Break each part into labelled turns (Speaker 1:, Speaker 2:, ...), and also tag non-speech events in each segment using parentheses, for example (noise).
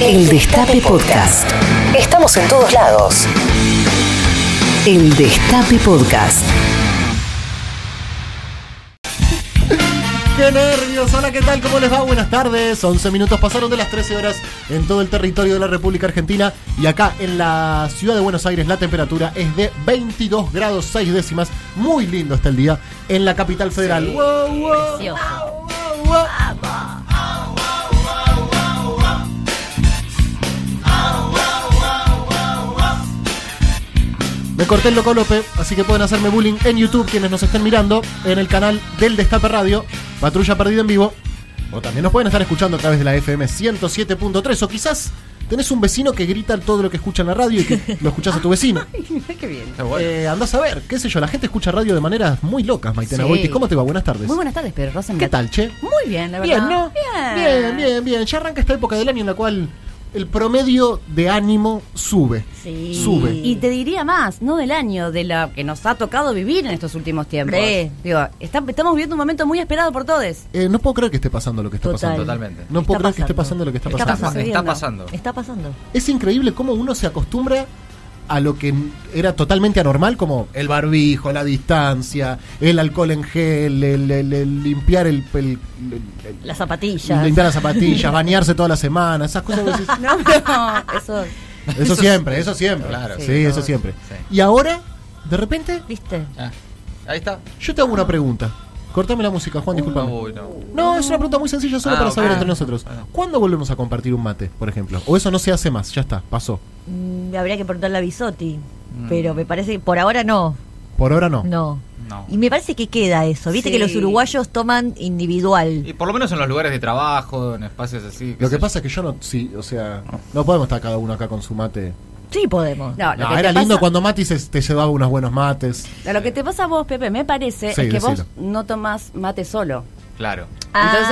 Speaker 1: El Destape Podcast. Estamos en todos lados. El Destape Podcast.
Speaker 2: ¡Qué nervios! Hola, ¿qué tal? ¿Cómo les va? Buenas tardes. 11 minutos pasaron de las 13 horas en todo el territorio de la República Argentina. Y acá en la ciudad de Buenos Aires la temperatura es de 22 grados 6 décimas. Muy lindo está el día en la capital federal. Wow, wow,
Speaker 3: Precioso.
Speaker 2: wow, wow. Me corté el Loco López, así que pueden hacerme bullying en YouTube quienes nos estén mirando, en el canal del Destape Radio, Patrulla Perdida en Vivo. O también nos pueden estar escuchando a través de la FM 107.3 o quizás tenés un vecino que grita todo lo que escucha en la radio y que lo escuchás a tu vecino.
Speaker 3: (laughs) Qué bien.
Speaker 2: Eh, andás a ver, qué sé yo, la gente escucha radio de maneras muy locas, Maitena
Speaker 3: Sí.
Speaker 2: Goiti. ¿Cómo te va? Buenas tardes.
Speaker 3: Muy buenas tardes, Pedro Rosenblatt.
Speaker 2: Pues- ¿Qué tal, che?
Speaker 3: Muy bien, la verdad.
Speaker 2: Bien, ¿no?
Speaker 3: Bien.
Speaker 2: bien, bien, bien. Ya arranca esta época del año en la cual el promedio de ánimo sube.
Speaker 3: Sí.
Speaker 2: Sube.
Speaker 3: Y te diría más, no del año, de la que nos ha tocado vivir en estos últimos tiempos.
Speaker 4: Re.
Speaker 3: Digo, está- estamos viviendo un momento muy esperado por todos.
Speaker 2: Eh, no puedo creer que esté pasando lo que está
Speaker 3: Total.
Speaker 2: pasando.
Speaker 5: Totalmente.
Speaker 2: No puedo creer que esté pasando
Speaker 3: pasando.
Speaker 2: lo que está
Speaker 5: Está
Speaker 2: pasando.
Speaker 5: pasando.
Speaker 3: sucediendo.
Speaker 5: pasando.
Speaker 3: Está pasando.
Speaker 2: Es increíble cómo uno se acostumbra a lo que era totalmente anormal, como el barbijo, la distancia, el alcohol en gel, el, el- el limpiar el, el- el- el-
Speaker 4: Las zapatillas.
Speaker 2: limpiar las zapatillas, bañarse toda la semana, esas cosas. vos
Speaker 5: (laughs)
Speaker 2: decís,
Speaker 3: (laughs) No, no, eso.
Speaker 2: eso siempre, eso siempre.
Speaker 5: Claro.
Speaker 2: sí,
Speaker 3: Sí,
Speaker 2: eso
Speaker 3: todo.
Speaker 2: siempre.
Speaker 5: Sí.
Speaker 2: Y ahora, de repente,
Speaker 3: ¿Viste?
Speaker 5: Ah, ahí está. Ah,
Speaker 2: yo te hago una pregunta. Cortame la música, Juan, disculpame.
Speaker 5: Uy, no.
Speaker 2: No, es una pregunta muy sencilla, solo
Speaker 5: Ah,
Speaker 2: para
Speaker 5: ok.
Speaker 2: saber entre nosotros.
Speaker 5: Ah.
Speaker 2: ¿Cuándo volvemos a compartir un mate, por ejemplo? O eso no se hace más, ya está, pasó.
Speaker 4: Mm, habría que preguntarle a Bisotti. Pero me parece que por ahora no.
Speaker 2: Por ahora no.
Speaker 4: No.
Speaker 5: No.
Speaker 4: Y me parece que queda eso. Viste
Speaker 3: Sí.
Speaker 4: que los uruguayos toman individual.
Speaker 5: Y por lo menos en los lugares de trabajo, en espacios así. qué
Speaker 2: Lo
Speaker 5: sé
Speaker 2: que
Speaker 5: yo.
Speaker 2: pasa es que yo no, sí, o sea, no podemos estar cada uno acá con su mate.
Speaker 4: Sí podemos.
Speaker 3: No, lo
Speaker 2: No,
Speaker 3: que
Speaker 2: era
Speaker 3: te
Speaker 2: lindo
Speaker 3: pasa-
Speaker 2: cuando Mati se, te llevaba unos buenos mates.
Speaker 3: a Lo que te pasa a vos, Pepe, me parece,
Speaker 2: Sí,
Speaker 3: es que vos
Speaker 2: decilo.
Speaker 3: no tomás mate solo.
Speaker 5: Claro.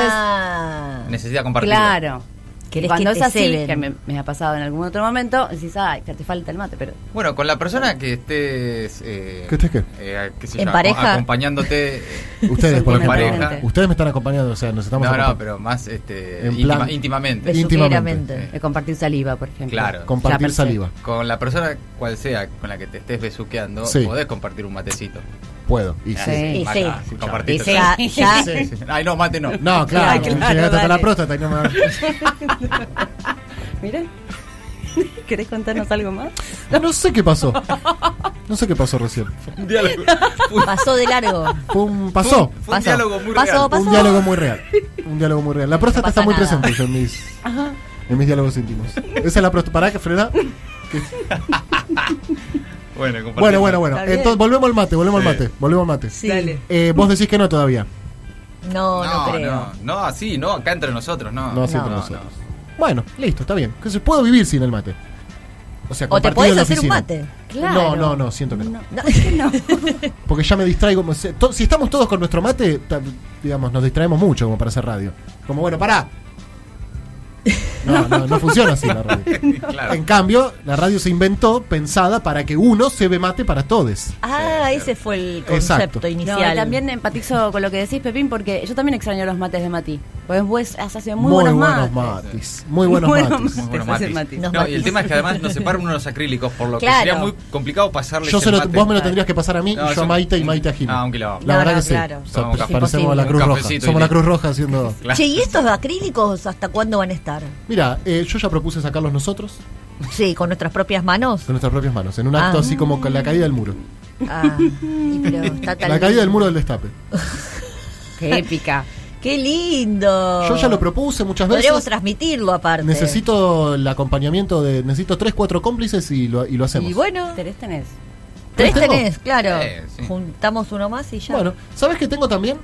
Speaker 4: Ah.
Speaker 5: Necesita compartir.
Speaker 3: Claro.
Speaker 4: Querés
Speaker 3: Cuando es
Speaker 4: que te
Speaker 3: así,
Speaker 4: celen.
Speaker 3: que me, me ha pasado en algún otro momento, decís, ay, que te falta el mate, pero eh,
Speaker 5: Bueno, con la persona que estés. Eh,
Speaker 2: ¿Que estés qué?
Speaker 5: eh, qué sé
Speaker 4: ¿En
Speaker 5: yo,
Speaker 4: pareja? (laughs)
Speaker 5: Acompañándote. (laughs)
Speaker 2: Ustedes, por
Speaker 5: Con
Speaker 2: ejemplo.
Speaker 5: pareja.
Speaker 2: Ustedes me están acompañando, o sea, nos estamos
Speaker 5: no, no,
Speaker 2: acompañando.
Speaker 5: pero más este,
Speaker 2: En
Speaker 5: íntima-
Speaker 2: plan-
Speaker 5: íntimamente.
Speaker 4: Besuqueramente.
Speaker 3: de compartir saliva, por ejemplo.
Speaker 5: Claro.
Speaker 3: Ya per
Speaker 2: Compartir
Speaker 3: se.
Speaker 2: saliva.
Speaker 5: Con la persona cual sea con la que te estés besuqueando,
Speaker 2: Sí.
Speaker 5: podés compartir un matecito.
Speaker 2: Puedo. Y sí.
Speaker 3: Sí.
Speaker 4: Y sí.
Speaker 5: Acá, compartiste.
Speaker 4: Y ya- ya-
Speaker 5: Ay, no, mate no.
Speaker 4: (laughs)
Speaker 2: No, claro,
Speaker 3: Ah, claro,
Speaker 2: llegaste hasta la
Speaker 3: dale.
Speaker 2: próstata y no me-
Speaker 3: Mira. (laughs) ¿Querés contarnos algo más?
Speaker 2: No sé qué pasó. No sé qué pasó recién.
Speaker 5: (laughs) Un diálogo.
Speaker 4: Pasó de largo.
Speaker 2: Fue un, pasó.
Speaker 5: Fue un
Speaker 4: Pasó.
Speaker 5: diálogo muy
Speaker 4: Pasó,
Speaker 5: real.
Speaker 4: pasó.
Speaker 2: Un diálogo muy real. Un diálogo muy real. La próstata
Speaker 4: No
Speaker 2: está
Speaker 4: pasa
Speaker 2: muy
Speaker 4: nada.
Speaker 2: presente yo en mis, en mis diálogos íntimos. Esa es la próstata. Pará que frena.
Speaker 5: Bueno, compartimos.
Speaker 2: Bueno, bueno, bueno.
Speaker 4: Está bien.
Speaker 2: Entonces, volvemos al mate, volvemos al
Speaker 5: Sí.
Speaker 2: mate, volvemos al mate.
Speaker 4: Sí.
Speaker 2: Eh, vos decís que no todavía.
Speaker 4: No, no,
Speaker 5: No,
Speaker 4: creo.
Speaker 5: no, no, así, no, acá entre nosotros, no.
Speaker 2: No, así
Speaker 4: No,
Speaker 2: entre
Speaker 4: no,
Speaker 2: nosotros. Bueno, listo, está bien. Que se puedo vivir sin el mate. O sea,
Speaker 4: O
Speaker 2: compartido
Speaker 4: te
Speaker 2: en
Speaker 4: podés
Speaker 2: la
Speaker 4: hacer un
Speaker 2: oficina.
Speaker 4: mate.
Speaker 2: No, no, no, siento que no.
Speaker 4: No.
Speaker 2: Porque ya me distraigo. me sé- to- Si estamos todos con nuestro mate, ta- digamos, nos distraemos mucho como para hacer radio. Como, bueno, pará. No, no, no funciona así la radio. En
Speaker 5: Claro.
Speaker 2: cambio, la radio se inventó pensada para que uno se ve mate para todos.
Speaker 4: (laughs) Ah, ese fue el concepto
Speaker 2: Exacto.
Speaker 4: inicial.
Speaker 3: No, y también empatizo con lo que decís, Pepín, porque yo también extraño los mates de Mati. Pues vos has sido muy, buenos, mates.
Speaker 2: matis. Muy buenos
Speaker 3: Bueno,
Speaker 2: matis.
Speaker 5: Muy
Speaker 3: Te
Speaker 5: bueno,
Speaker 3: hace
Speaker 5: Mati.
Speaker 3: matiz.
Speaker 4: Nos
Speaker 5: No, y el
Speaker 4: matiza.
Speaker 5: tema es que además nos separan unos acrílicos, por lo
Speaker 4: Claro.
Speaker 5: que sería muy complicado pasarles
Speaker 2: Yo se
Speaker 5: el
Speaker 2: lo-
Speaker 5: mate.
Speaker 2: vos me lo tendrías que pasar a mí,
Speaker 5: No,
Speaker 2: yo a
Speaker 5: yo-
Speaker 2: Maite y Maite a Jimmy.
Speaker 5: Ah, un kilo.
Speaker 2: La
Speaker 4: No,
Speaker 2: verdad
Speaker 4: no,
Speaker 2: que sí.
Speaker 4: claro.
Speaker 2: O sea,
Speaker 5: Somos un
Speaker 2: parecemos
Speaker 3: cafecito.
Speaker 2: a la Cruz
Speaker 5: Un
Speaker 2: Roja.
Speaker 5: cafecito y
Speaker 2: Somos la
Speaker 5: listo.
Speaker 2: Cruz Roja haciendo.
Speaker 5: Claro.
Speaker 4: Che, ¿y estos acrílicos hasta cuándo van a estar?
Speaker 2: Mira, eh, yo ya propuse sacarlos nosotros
Speaker 4: Sí, con nuestras propias manos.
Speaker 2: (laughs) con nuestras propias manos, en un
Speaker 4: Ah.
Speaker 2: acto así como con la caída del muro.
Speaker 4: Ah, y pero está tan
Speaker 2: La caída del muro del destape.
Speaker 3: Qué épica.
Speaker 4: ¡Qué lindo!
Speaker 2: Yo ya lo propuse muchas veces.
Speaker 4: Podríamos transmitirlo aparte.
Speaker 2: Necesito el acompañamiento de. Necesito tres, cuatro cómplices y lo, y lo hacemos.
Speaker 4: Y bueno,
Speaker 3: ¿Tres tenés?
Speaker 4: tres
Speaker 2: ¿Tengo?
Speaker 4: tenés, claro.
Speaker 5: Eh, sí.
Speaker 4: Juntamos uno más y ya.
Speaker 2: Bueno, ¿sabes qué tengo también?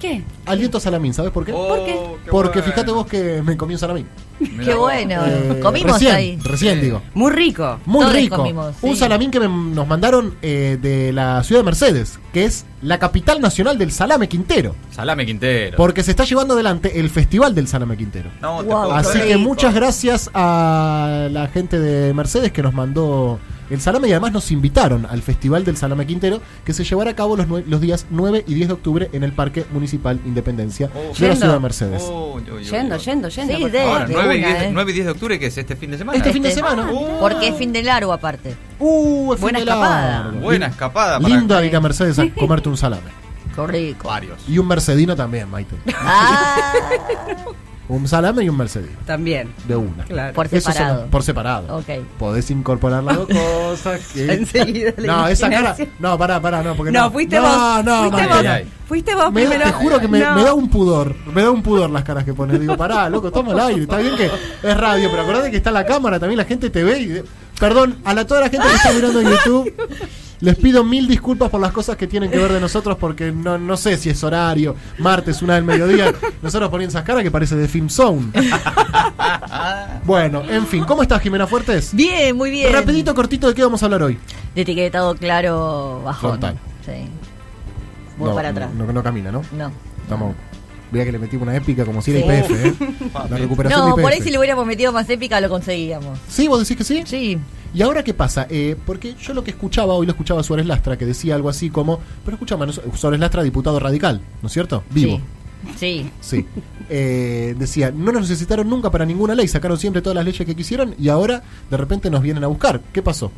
Speaker 3: ¿Qué?
Speaker 2: Aliento salamín, ¿sabes por qué?
Speaker 5: Oh,
Speaker 2: Porque
Speaker 5: bueno.
Speaker 2: fíjate vos que me comí un salamín.
Speaker 5: Mirá
Speaker 4: Qué
Speaker 5: vos.
Speaker 4: bueno.
Speaker 2: Eh,
Speaker 4: Comimos
Speaker 2: recién,
Speaker 4: ahí.
Speaker 2: Recién,
Speaker 5: Sí.
Speaker 2: digo.
Speaker 3: Muy rico.
Speaker 2: Muy
Speaker 4: Todos
Speaker 2: rico.
Speaker 4: comimos, sí.
Speaker 2: Un salamín que me- nos mandaron eh, de la ciudad de Mercedes, que es la capital nacional del salame quintero.
Speaker 5: Salame Quintero.
Speaker 2: Porque se está llevando adelante el festival del salame quintero.
Speaker 5: No, te
Speaker 4: Wow,
Speaker 5: puedo
Speaker 2: Así
Speaker 5: creer.
Speaker 2: que muchas gracias a la gente de Mercedes que nos mandó el salame y además nos invitaron al Festival del Salame Quintero que se llevará a cabo los, nue- los días 9 y 10 de octubre en el Parque Municipal Independencia
Speaker 5: Oh.
Speaker 2: de la
Speaker 3: Yendo.
Speaker 2: ciudad de Mercedes.
Speaker 4: Oh.
Speaker 5: Uy, uy, uy,
Speaker 3: Yendo,
Speaker 5: uy.
Speaker 3: yendo, yendo.
Speaker 4: Sí,
Speaker 3: por
Speaker 4: de-
Speaker 3: favor.
Speaker 5: Ahora, 9 y,
Speaker 4: una,
Speaker 5: 10,
Speaker 4: eh.
Speaker 5: de octubre, que es este fin de semana.
Speaker 2: Este fin de semana.
Speaker 5: Uh,
Speaker 4: Porque es fin de largo aparte.
Speaker 2: Uh, es fin
Speaker 4: Buena
Speaker 2: de
Speaker 4: escapada.
Speaker 2: largo.
Speaker 5: Buena escapada para
Speaker 2: Lindo ir a Mercedes
Speaker 4: (laughs)
Speaker 2: a comerte un salame.
Speaker 4: Qué rico.
Speaker 5: varios.
Speaker 2: Y un mercedino también, Maite.
Speaker 4: Ah,
Speaker 2: Un salame y un mercedino.
Speaker 6: También.
Speaker 2: De una.
Speaker 6: Claro.
Speaker 4: por
Speaker 2: Eso se
Speaker 4: separado.
Speaker 2: la- por separado.
Speaker 4: Ok.
Speaker 2: Podés incorporar las
Speaker 6: (laughs)
Speaker 2: dos cosas que...
Speaker 6: Enseguida la
Speaker 2: No, esa cara...
Speaker 6: imaginación.
Speaker 2: No, pará, pará, no. Porque
Speaker 6: No, fuiste
Speaker 2: no,
Speaker 6: vos.
Speaker 2: No,
Speaker 6: fuiste
Speaker 2: Maite.
Speaker 6: vos.
Speaker 5: Ay, ay.
Speaker 6: Fuiste
Speaker 3: (laughs)
Speaker 6: vos
Speaker 2: Me da-
Speaker 6: primero.
Speaker 2: te juro que me,
Speaker 6: No.
Speaker 2: me da un pudor, me da un pudor las caras que pones. Digo, pará, loco, toma el aire. Está bien que es radio, pero acordate que está la cámara, también la gente te ve. Y, perdón, a la, toda la gente que está mirando en YouTube, les pido mil disculpas por las cosas que tienen que ver de nosotros, porque no, no sé si es horario, martes, una del mediodía. Nosotros poniendo esas caras que parece de Film Zone. Bueno, en fin, ¿cómo estás, Jimena Fuertes?
Speaker 4: (laughs) Bien, muy bien.
Speaker 2: Rapidito, cortito, ¿de qué vamos a hablar hoy?
Speaker 4: De etiquetado claro bajón.
Speaker 2: Frontal.
Speaker 4: Sí. Muy
Speaker 2: No,
Speaker 4: para atrás.
Speaker 2: No, no camina, ¿no?
Speaker 4: No.
Speaker 2: Estamos. Mira que le metimos una épica como si era
Speaker 4: Sí.
Speaker 2: IPF, ¿eh?
Speaker 4: (laughs)
Speaker 5: Papi.
Speaker 2: La recuperación
Speaker 4: No,
Speaker 2: de
Speaker 4: por ahí
Speaker 2: IPF.
Speaker 4: si le hubiéramos metido más épica lo conseguíamos.
Speaker 2: ¿Sí? ¿Vos decís que sí?
Speaker 4: Sí.
Speaker 2: ¿Y ahora qué pasa? Eh, porque yo lo que escuchaba, hoy lo escuchaba a Suárez Lastra, que decía algo así como, pero escuchame, no- Suárez Lastra, diputado radical, ¿no es cierto? Vivo.
Speaker 4: Sí. (laughs)
Speaker 2: Sí. Eh, decía, no nos necesitaron nunca para ninguna ley, sacaron siempre todas las leyes que quisieron y ahora de repente nos vienen a buscar. ¿Qué pasó?
Speaker 4: sí.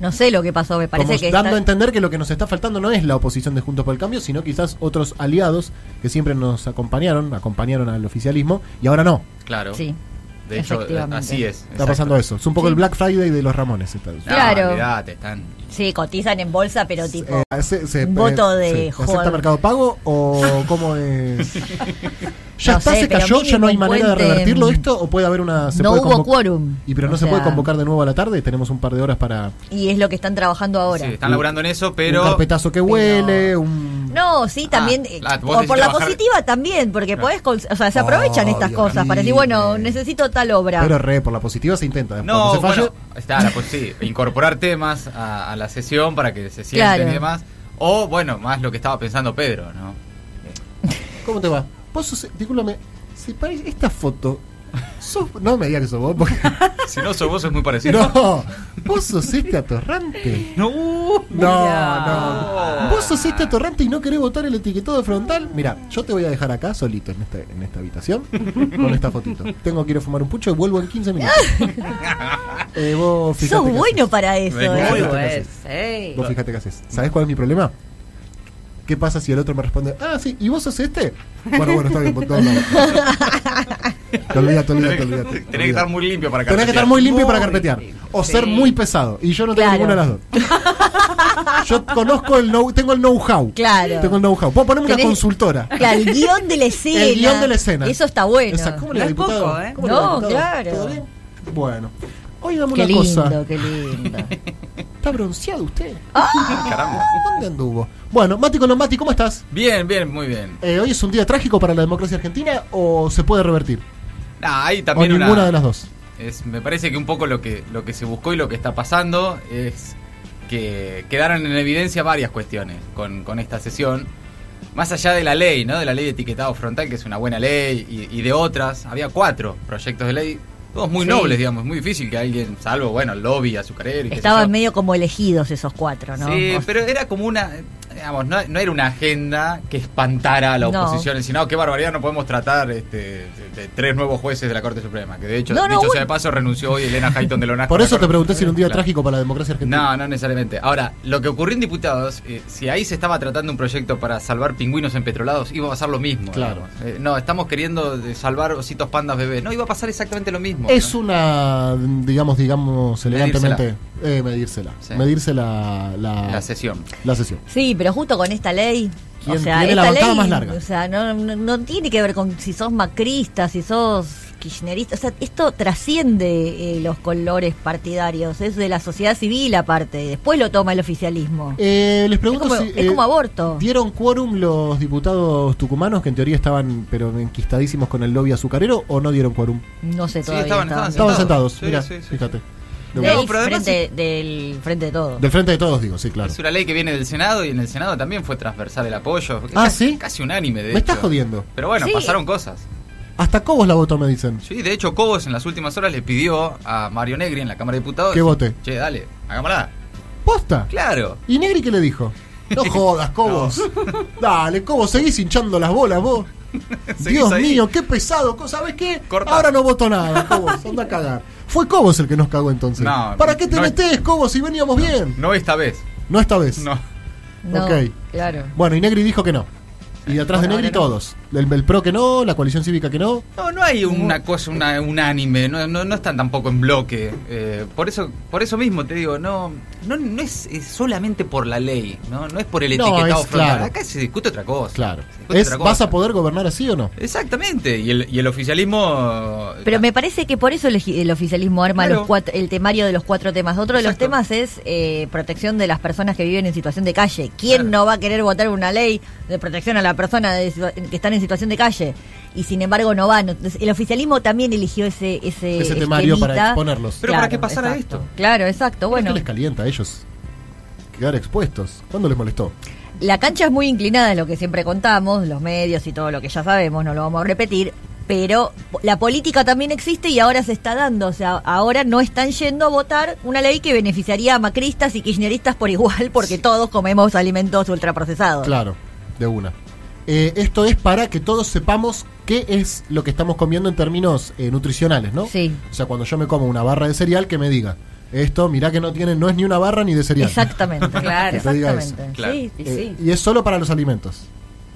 Speaker 4: No sé lo que pasó, me parece
Speaker 2: Como
Speaker 4: que
Speaker 2: dando a
Speaker 4: está-
Speaker 2: entender que lo que nos está faltando no es la oposición de Juntos por el Cambio, sino quizás otros aliados que siempre nos acompañaron, acompañaron al oficialismo y ahora no.
Speaker 5: Claro.
Speaker 4: Sí.
Speaker 5: De hecho,
Speaker 4: efectivamente.
Speaker 5: así es.
Speaker 2: Está pasando eso. Es un poco el Black Friday de los Ramones. Está,
Speaker 4: Claro.
Speaker 5: Claro. Olvídate, están.
Speaker 4: Sí, cotizan en bolsa, pero tipo
Speaker 2: Eh, se- se-
Speaker 4: un voto de
Speaker 2: sí. ¿Se ¿Acepta
Speaker 4: joder.
Speaker 2: Mercado Pago
Speaker 4: (laughs)
Speaker 2: o cómo es? ¿Ya
Speaker 4: No
Speaker 2: está?
Speaker 4: sé,
Speaker 2: ¿Se
Speaker 4: pero
Speaker 2: cayó? ¿Ya no hay
Speaker 4: mínimo
Speaker 2: manera de
Speaker 4: cuenten-
Speaker 2: revertirlo esto? ¿O puede haber una.? se
Speaker 4: No
Speaker 2: puede
Speaker 4: hubo
Speaker 2: convo-
Speaker 4: quórum.
Speaker 2: ¿Y pero no
Speaker 4: O
Speaker 2: se puede
Speaker 4: sea-
Speaker 2: convocar de nuevo a la tarde? Tenemos un par de horas para.
Speaker 4: y es lo que están trabajando ahora.
Speaker 5: Sí, están laburando en eso, pero.
Speaker 2: un carpetazo que huele, un.
Speaker 4: No, sí, también. eh,
Speaker 5: Ah, la- vos
Speaker 4: o
Speaker 5: decís
Speaker 4: por la
Speaker 5: trabajar-
Speaker 4: positiva también, porque
Speaker 5: Claro.
Speaker 4: podés. cons- O sea, se aprovechan estas cosas para decir, bueno,
Speaker 2: Obviamente.
Speaker 4: necesito tal obra.
Speaker 2: Pero re, por la positiva se intenta. Cuando
Speaker 5: No,
Speaker 2: se falle,
Speaker 5: bueno, está, la, pues
Speaker 2: (laughs)
Speaker 5: sí, incorporar temas a, a la sesión para que se sienten
Speaker 4: Claro.
Speaker 5: y demás. O, bueno, más lo que estaba pensando Pedro, ¿no?
Speaker 2: ¿Cómo te va? Vos sos. Discúlpame, si parece esta foto. sos- no me digas que sos vos, porque.
Speaker 5: Si no, sos vos es muy parecido.
Speaker 2: (laughs) no, vos sos este atorrante.
Speaker 5: No. uh,
Speaker 2: No,
Speaker 5: Mirá.
Speaker 2: no. Vos sos este atorrante y no querés votar el etiquetado frontal. Mira, yo te voy a dejar acá solito en esta, en esta habitación con esta fotito. Tengo que ir a fumar un pucho y vuelvo en 15
Speaker 5: (laughs)
Speaker 2: minutos. Eh, vos fijate
Speaker 4: Sos
Speaker 2: qué
Speaker 4: bueno
Speaker 2: haces.
Speaker 4: para eso,
Speaker 5: Venga.
Speaker 4: ¿eh?
Speaker 6: Muy
Speaker 2: Fíjate qué
Speaker 6: bueno.
Speaker 2: haces.
Speaker 6: sí.
Speaker 2: Vos fijate qué haces. ¿Sabés cuál es mi problema? ¿Qué pasa si el otro me responde, ah, sí, ¿y vos sos este? Bueno, bueno, está bien, por todos
Speaker 5: (laughs)
Speaker 2: lados. Te olvidate,
Speaker 5: Tenés
Speaker 2: olvidate,
Speaker 5: que-
Speaker 2: olvidate.
Speaker 5: tenés que estar muy limpio para
Speaker 2: Tenés que estar
Speaker 5: carpetear.
Speaker 2: muy limpio para
Speaker 6: Muy
Speaker 2: carpetear.
Speaker 6: limpio.
Speaker 2: O ser
Speaker 6: Sí.
Speaker 2: muy pesado. Y yo no tengo
Speaker 4: Claro.
Speaker 2: ninguna de las dos.
Speaker 4: (laughs)
Speaker 2: Yo conozco el know, tengo el know-how.
Speaker 4: Claro.
Speaker 2: Tengo el know-how. Puedo ponerme una
Speaker 4: Tenés-
Speaker 2: consultora.
Speaker 4: Claro, el guión de la
Speaker 2: (laughs)
Speaker 4: escena.
Speaker 2: El guión de la escena.
Speaker 4: Eso está bueno.
Speaker 2: Esa- ¿Cómo le
Speaker 6: No
Speaker 2: va,
Speaker 6: es poco,
Speaker 2: diputado?
Speaker 6: ¿eh?
Speaker 2: ¿Cómo le va,
Speaker 4: No,
Speaker 2: diputado?
Speaker 4: claro.
Speaker 2: ¿Todo bien? Bueno. Hoy dame
Speaker 4: Qué
Speaker 2: una
Speaker 4: lindo,
Speaker 2: cosa.
Speaker 4: qué lindo.
Speaker 2: ¿Está bronceado usted?
Speaker 5: Caramba.
Speaker 2: ¿Dónde anduvo? Bueno, Mati Colombati, ¿cómo estás?
Speaker 5: Bien, bien, muy bien.
Speaker 2: Eh, ¿Hoy es un día trágico para la democracia argentina o se puede revertir?
Speaker 5: Nah, hay también
Speaker 2: o
Speaker 5: una.
Speaker 2: ninguna de las dos.
Speaker 5: Es, me parece que un poco lo que, lo que se buscó y lo que está pasando es que quedaron en evidencia varias cuestiones con, con esta sesión. Más allá de la ley, ¿no? De la ley de etiquetado frontal, que es una buena ley, y, y de otras. Había cuatro proyectos de ley, todos muy
Speaker 4: Sí.
Speaker 5: nobles, digamos. Es muy difícil que alguien, salvo, bueno, el lobby azucarero y qué sé yo.
Speaker 4: Estaban medio como elegidos esos cuatro, ¿no?
Speaker 5: Sí,
Speaker 4: O-
Speaker 5: pero era como una. Digamos, no, no era una agenda que espantara a la
Speaker 4: No.
Speaker 5: oposición, sino "Ah, qué barbaridad, no podemos tratar este, de- de tres nuevos jueces de la Corte Suprema. Que de hecho,
Speaker 4: No, no,
Speaker 5: dicho sea
Speaker 4: bueno.
Speaker 5: de paso, renunció hoy Elena Hayton de Lonasco.
Speaker 2: Por eso te
Speaker 5: Claro.
Speaker 2: pregunté si era un día
Speaker 5: Claro.
Speaker 2: trágico para la democracia argentina.
Speaker 5: No, no necesariamente. Ahora, lo que ocurrió en diputados, eh, si ahí se estaba tratando un proyecto para salvar pingüinos empetrolados, iba a pasar lo mismo.
Speaker 2: Claro.
Speaker 5: digamos. Eh, no, estamos queriendo de salvar ositos pandas bebés. No, iba a pasar exactamente lo mismo.
Speaker 2: Es
Speaker 5: ¿no?
Speaker 2: una, digamos, digamos elegantemente, eh, medírsela.
Speaker 5: Sí.
Speaker 2: Medirse la, la,
Speaker 5: la sesión.
Speaker 2: la sesión.
Speaker 4: Sí, pero justo con esta ley. O
Speaker 2: ¿Quién
Speaker 4: sea,
Speaker 2: tiene la
Speaker 4: esta
Speaker 2: bancada
Speaker 4: ley,
Speaker 2: más larga?
Speaker 4: O sea, no, no, no tiene que ver con si sos macrista, si sos kirchnerista. O sea, esto trasciende eh, los colores partidarios. Es de la sociedad civil aparte. Después lo toma el oficialismo.
Speaker 2: Eh, les pregunto
Speaker 4: Es como-
Speaker 2: si.
Speaker 4: es como aborto.
Speaker 2: ¿Dieron quórum los diputados tucumanos que en teoría estaban, pero enquistadísimos con el lobby azucarero o no dieron quórum?
Speaker 4: No sé
Speaker 5: Sí,
Speaker 4: todavía.
Speaker 5: estaban- estaban
Speaker 2: Estaban sentados,
Speaker 5: Sentados. Sí,
Speaker 2: mira,
Speaker 5: sí, sí,
Speaker 2: fíjate. De
Speaker 4: Del,
Speaker 5: No,
Speaker 2: bueno.
Speaker 5: pero además
Speaker 4: frente, del frente de todo.
Speaker 2: Del frente de todos, digo, sí, claro.
Speaker 5: Es una ley que viene del Senado y en el Senado también fue transversal el apoyo.
Speaker 2: Ah,
Speaker 5: Casi-
Speaker 2: ¿sí?
Speaker 5: Casi unánime, de
Speaker 2: Me estás
Speaker 5: hecho.
Speaker 2: jodiendo.
Speaker 5: Pero bueno,
Speaker 4: Sí.
Speaker 5: pasaron cosas.
Speaker 2: Hasta Cobos la votó, me dicen.
Speaker 5: Sí, de hecho, Cobos en las últimas horas le pidió a Mario Negri en la Cámara de Diputados.
Speaker 2: Que vote.
Speaker 5: Che, dale, hagámosla.
Speaker 2: ¡Posta!
Speaker 5: Claro.
Speaker 2: ¿Y Negri qué le dijo?
Speaker 5: (laughs)
Speaker 2: No jodas, Cobos. Dale, Cobos, seguís hinchando las bolas vos.
Speaker 5: (laughs) Seguís
Speaker 2: Dios
Speaker 5: ahí.
Speaker 2: mío, qué pesado. co- ¿Sabés qué?
Speaker 5: Cortá.
Speaker 2: Ahora no voto
Speaker 5: (laughs)
Speaker 2: nada, Cobos. Anda a cagar. Fue Cobos el que nos cagó entonces.
Speaker 5: No,
Speaker 2: ¿Para qué te
Speaker 5: no-
Speaker 2: metés, Cobos, si veníamos bien?
Speaker 5: No esta vez.
Speaker 2: No esta vez.
Speaker 5: No.
Speaker 4: No,
Speaker 2: Ok.
Speaker 4: claro.
Speaker 2: Bueno, y Negri dijo que no. Y de atrás de
Speaker 4: Bueno,
Speaker 2: Negri
Speaker 4: ahora no.
Speaker 2: todos. El, el PRO que no, la coalición cívica que no.
Speaker 5: No, no hay una cosa una, unánime, no, no, no están tampoco en bloque. Eh, por eso por eso mismo te digo, no no, no es, es solamente por la ley, no no es por el
Speaker 2: No,
Speaker 5: etiquetado
Speaker 2: es
Speaker 5: frontal.
Speaker 2: claro.
Speaker 5: Acá se discute otra cosa.
Speaker 2: Claro.
Speaker 5: Se discute
Speaker 2: Es,
Speaker 5: otra cosa.
Speaker 2: ¿Vas a poder gobernar así o no?
Speaker 5: Exactamente, y el, y el oficialismo...
Speaker 4: Pero me parece que por eso el, el oficialismo arma
Speaker 5: Claro.
Speaker 4: los cuatro- el temario de los cuatro temas. Otro de los
Speaker 5: Exacto.
Speaker 4: temas es eh, protección de las personas que viven en situación de calle. ¿Quién
Speaker 5: Claro.
Speaker 4: no va a querer votar una ley de protección a la persona de situa- que están en situación de calle? Y sin embargo no van. Entonces, el oficialismo también eligió ese ese,
Speaker 2: Ese temario para
Speaker 4: esquemita.
Speaker 2: exponerlos.
Speaker 5: Pero para que pasara
Speaker 4: exacto.
Speaker 5: esto.
Speaker 4: Claro, exacto. Bueno,
Speaker 2: ¿Qué les calienta a ellos? Quedar expuestos. ¿Cuándo les molestó?
Speaker 4: La cancha es muy inclinada, es lo que siempre contamos, los medios y todo lo que ya sabemos, no lo vamos a repetir, pero la política también existe y ahora se está dando, o sea, ahora no están yendo a votar una ley que beneficiaría a macristas y kirchneristas por igual, porque todos comemos alimentos ultraprocesados.
Speaker 2: Claro, Ah, de una. Eh, esto es para que todos sepamos qué es lo que estamos comiendo en términos eh, nutricionales, ¿no?
Speaker 4: Sí.
Speaker 2: O sea, cuando yo me como una barra de cereal, que me diga, esto, mirá que no tiene, no es ni una barra ni de cereal.
Speaker 4: Exactamente, claro,
Speaker 2: Que te diga
Speaker 4: exactamente.
Speaker 5: Claro.
Speaker 3: Sí, sí,
Speaker 2: (laughs) Eh,
Speaker 3: sí.
Speaker 2: y es solo para los alimentos.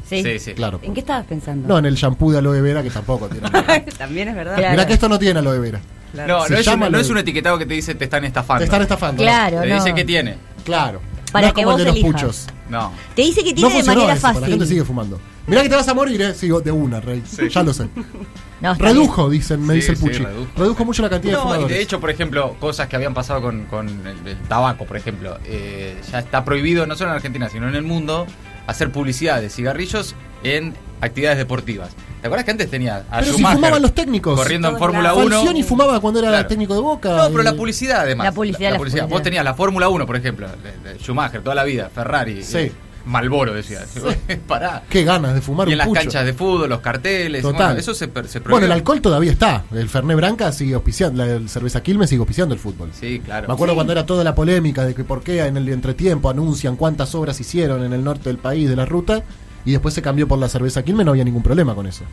Speaker 4: Sí.
Speaker 5: Sí, sí.
Speaker 2: Claro.
Speaker 3: ¿En qué estabas pensando?
Speaker 2: No, en el shampoo de aloe vera que tampoco tiene. aloe vera.
Speaker 3: (laughs) También es verdad.
Speaker 4: (laughs) Claro.
Speaker 2: Mirá que esto no tiene aloe vera.
Speaker 5: No,
Speaker 2: Se
Speaker 5: no es,
Speaker 2: llama
Speaker 5: un, no
Speaker 2: lo-
Speaker 5: es un etiquetado que te dice te están estafando.
Speaker 2: Te están estafando. ¿no?
Speaker 4: Claro.
Speaker 5: Te
Speaker 4: no.
Speaker 5: dice que tiene.
Speaker 2: Claro.
Speaker 4: Para
Speaker 2: no es
Speaker 4: que
Speaker 2: como el de
Speaker 4: vos
Speaker 2: los
Speaker 4: elijas.
Speaker 2: puchos.
Speaker 5: No.
Speaker 4: Te dice que
Speaker 2: No
Speaker 4: tiene de
Speaker 2: funcionó
Speaker 4: manera
Speaker 2: eso,
Speaker 4: fácil.
Speaker 2: La gente sigue fumando. Mirá que te vas a morir, eh. Sigo de una, Rey. Ya lo sé.
Speaker 4: No, Ah, está bien.
Speaker 2: Redujo, dicen, me
Speaker 5: Sí,
Speaker 2: dice el
Speaker 5: sí,
Speaker 2: Puchi.
Speaker 5: redujo.
Speaker 2: redujo. mucho la cantidad de
Speaker 5: No, y
Speaker 2: fumadores.
Speaker 5: de hecho, por ejemplo, cosas que habían pasado con, con el, el tabaco, por ejemplo. Eh, ya está prohibido, no solo en Argentina, sino en el mundo, hacer publicidad de cigarrillos en actividades deportivas. ¿Te acuerdas que antes tenía a
Speaker 2: Pero si
Speaker 5: Schumacher
Speaker 2: fumaban los técnicos.
Speaker 5: Corriendo en
Speaker 3: Todos
Speaker 5: Fórmula
Speaker 3: lados.
Speaker 5: 1.
Speaker 2: Falcioni fumaba cuando era
Speaker 5: Claro.
Speaker 2: técnico de Boca.
Speaker 5: No, pero
Speaker 2: y-
Speaker 5: la publicidad además.
Speaker 4: La publicidad, la publicidad.
Speaker 5: Vos tenías la Fórmula 1, por ejemplo, de- de Schumacher toda la vida, Ferrari,
Speaker 2: Sí.
Speaker 5: eh, Malboro decía. (laughs) Pará.
Speaker 2: Qué ganas de fumar
Speaker 5: Y en
Speaker 2: un
Speaker 5: las
Speaker 2: pucho.
Speaker 5: canchas de fútbol, los carteles,
Speaker 2: Total.
Speaker 5: bueno, eso se, per- se
Speaker 2: Bueno,
Speaker 5: prohibió.
Speaker 2: el alcohol todavía está. El Ferné Branca sigue auspiciando. La el cerveza Quilmes sigue auspiciando el fútbol.
Speaker 5: Sí, claro.
Speaker 2: Me acuerdo
Speaker 5: Sí.
Speaker 2: cuando era toda la polémica de que por qué en el entretiempo anuncian cuántas obras hicieron en el norte del país de la ruta y después se cambió por la cerveza Quilmes, no había ningún problema con eso.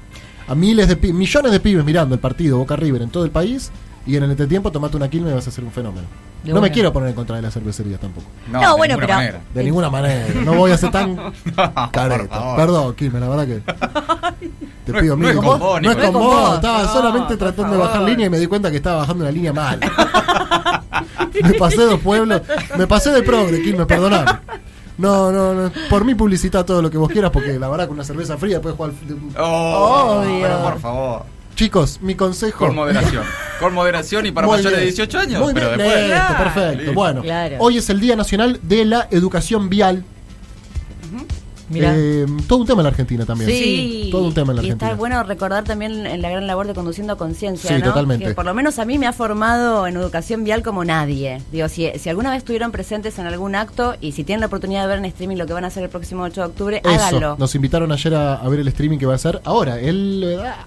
Speaker 2: A miles de pi- millones de pibes mirando el partido Boca River en todo el país y en el entretiempo tomate una Quilmes y vas a hacer un fenómeno.
Speaker 4: De
Speaker 2: no me
Speaker 4: una.
Speaker 2: quiero poner en contra de la cervecería tampoco.
Speaker 5: No,
Speaker 4: No,
Speaker 5: de
Speaker 4: bueno,
Speaker 5: ninguna
Speaker 4: pero-
Speaker 5: manera.
Speaker 2: De ninguna manera. No voy a ser
Speaker 5: (laughs)
Speaker 2: tan careta.
Speaker 5: favor.
Speaker 2: Perdón, Quilmes, la verdad que.
Speaker 5: (laughs)
Speaker 2: Te
Speaker 5: No es-
Speaker 2: pido
Speaker 5: no
Speaker 2: mil
Speaker 5: es con
Speaker 2: disculpas.
Speaker 5: vos,
Speaker 2: No es
Speaker 5: Nicolás.
Speaker 2: con
Speaker 4: No es con
Speaker 2: vos.
Speaker 4: vos.
Speaker 2: Estaba
Speaker 3: No,
Speaker 2: solamente
Speaker 3: por
Speaker 2: tratando de bajar
Speaker 3: favor.
Speaker 2: línea y me di cuenta que estaba bajando una línea mal. (laughs) me pasé dos pueblos. Me pasé de progre, Quilmes, perdoname. No, no, no. Por mí publicita todo lo que vos quieras porque la verdad que una cerveza fría puedes jugar. al-
Speaker 5: Oh,
Speaker 4: Obvio.
Speaker 5: Pero por favor.
Speaker 2: Chicos, mi consejo.
Speaker 5: Con moderación. Con moderación y para
Speaker 2: Muy
Speaker 5: mayores de
Speaker 2: bien.
Speaker 5: 18 años.
Speaker 2: Muy
Speaker 5: pero
Speaker 2: bien,
Speaker 5: después.
Speaker 2: listo,
Speaker 5: Ah,
Speaker 2: perfecto.
Speaker 5: listo.
Speaker 2: Bueno,
Speaker 4: Claro.
Speaker 2: hoy es el Día Nacional de la Educación Vial.
Speaker 4: Mirá.
Speaker 2: Eh, todo un tema en la Argentina también.
Speaker 3: Sí.
Speaker 2: Todo un tema en la
Speaker 3: y
Speaker 2: Argentina.
Speaker 3: está bueno recordar también en la gran labor de conduciendo a conciencia,
Speaker 2: Sí,
Speaker 3: ¿no?
Speaker 2: totalmente.
Speaker 3: Que por lo menos a mí me ha formado en educación vial como nadie. Digo, si, si alguna vez estuvieron presentes en algún acto y si tienen la oportunidad de ver en streaming lo que van a hacer el próximo 8 de octubre,
Speaker 2: Eso,
Speaker 3: háganlo.
Speaker 2: nos invitaron ayer a, a ver el streaming que va a ser ahora, el eh, ah,